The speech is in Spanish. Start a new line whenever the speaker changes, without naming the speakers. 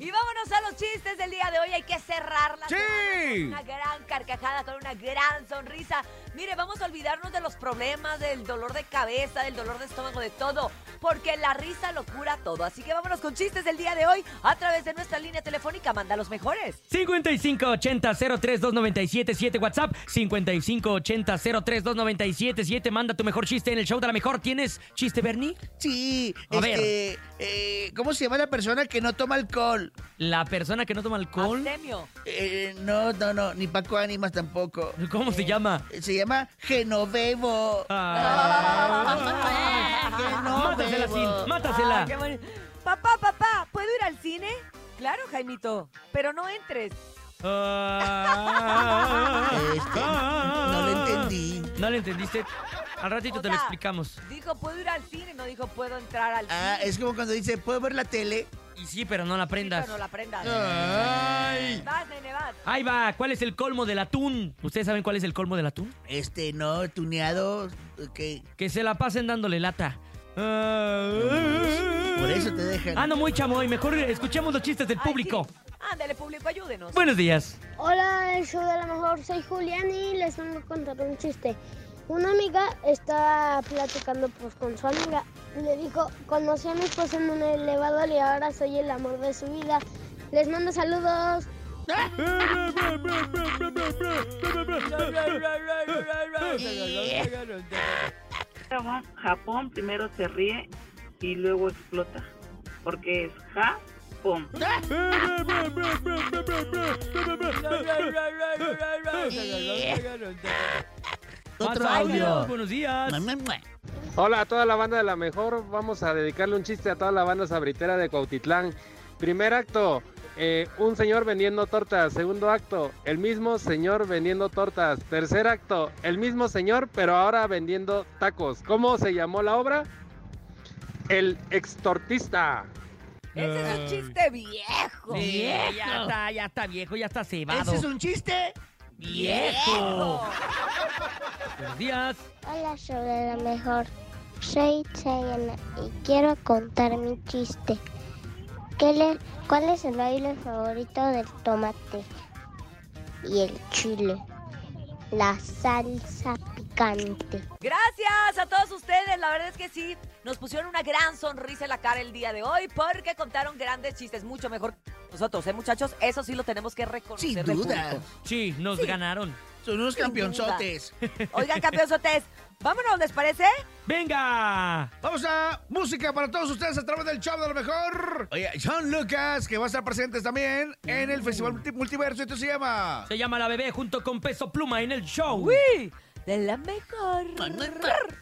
Y vámonos a los chistes del día de hoy. Hay que cerrar la
Sí.
semana con una gran carcajada, con una gran sonrisa. Mire, vamos a olvidarnos de los problemas, del dolor de cabeza, del dolor de estómago, de todo, porque la risa lo cura todo. Así que vámonos con chistes del día de hoy a través de nuestra línea telefónica. Manda los mejores.
5580-032977 WhatsApp 5580-032977 Manda tu mejor chiste en el show de la mejor. ¿Tienes chiste, Bernie?
Sí,
A
este, eh, ¿cómo se llama la persona que no toma alcohol?
La persona que no toma alcohol.
Abstemio.
Eh, no, no, no, ni Paco Ánimas tampoco.
¿Cómo se llama?
Eh, Se llama Genovevo.
Ah. Mátasela,
Genovevo.
Sil,
Ah, qué
mátasela.
bueno. Papá, papá, ¿puedo ir al cine? Claro, Jaimito, pero no entres.
Ah.
Este, no lo entendí.
No lo entendiste. Al ratito
O
te lo
sea,
explicamos.
Dijo, puedo ir al cine, no dijo, puedo entrar al cine.
Ah, es como cuando dice, ¿puedo ver la tele?
Y sí, pero no la prendas.
No la prendas.
Ay.
Vas, nene, vas.
Ahí va, ¿cuál es el colmo del atún? ¿Ustedes saben cuál es el colmo del atún?
Este, no, tuneado. ok.
Que se la pasen dándole lata.
Por
Por
eso te dejan.
Ando Ah, muy chamoy, mejor escuchemos los chistes del
Ay,
público.
sí. Ándale, público, ayúdenos.
Buenos días.
Hola, el show de la mejor, soy Julián y les vengo a contar un chiste. Una amiga estaba platicando pues, con su amiga y le dijo, conocí a mi esposo en un elevador y ahora soy el amor de su vida. Les mando saludos.
Japón- Japón primero se ríe y luego explota, porque es Japón.
Otro
Más
audio.
Buenos días.
Mua, mua, mua.
Hola a toda la banda de la mejor. Vamos a dedicarle un chiste a toda la banda sabritera de Cuautitlán. Primer acto, eh, un señor vendiendo tortas. Segundo acto, el mismo señor vendiendo tortas. Tercer acto, el mismo señor, pero ahora vendiendo tacos. ¿Cómo se llamó la obra? El extortista.
Ese es un chiste viejo.
Sí, ya está, ya está viejo, ya está cebado.
¿Ese es un chiste?
viejo. Buenos días.
Hola, show de la mejor, soy Chayana y quiero contar mi chiste. ¿Cuál es el baile favorito del tomate? Y el chile, la salsa picante.
Gracias a todos ustedes. La verdad es que sí, nos pusieron una gran sonrisa en la cara el día de hoy porque contaron grandes chistes, mucho mejor que nosotros, ¿eh, muchachos? Eso sí lo tenemos que reconocer.
Sin
del
duda.
público.
Sí, nos ganaron.
Son unos
Sin
campeonzotes.
Oigan, campeonzotes, vámonos, ¿les parece?
¡Venga!
Vamos a música para todos ustedes a través del show de lo mejor. Mm. Oye, John Lucas, que va a estar presentes también en el Festival Multi- Multiverso. Esto se llama.
Se llama la bebé junto con Peso Pluma en el show.
¡Uy! De la mejor.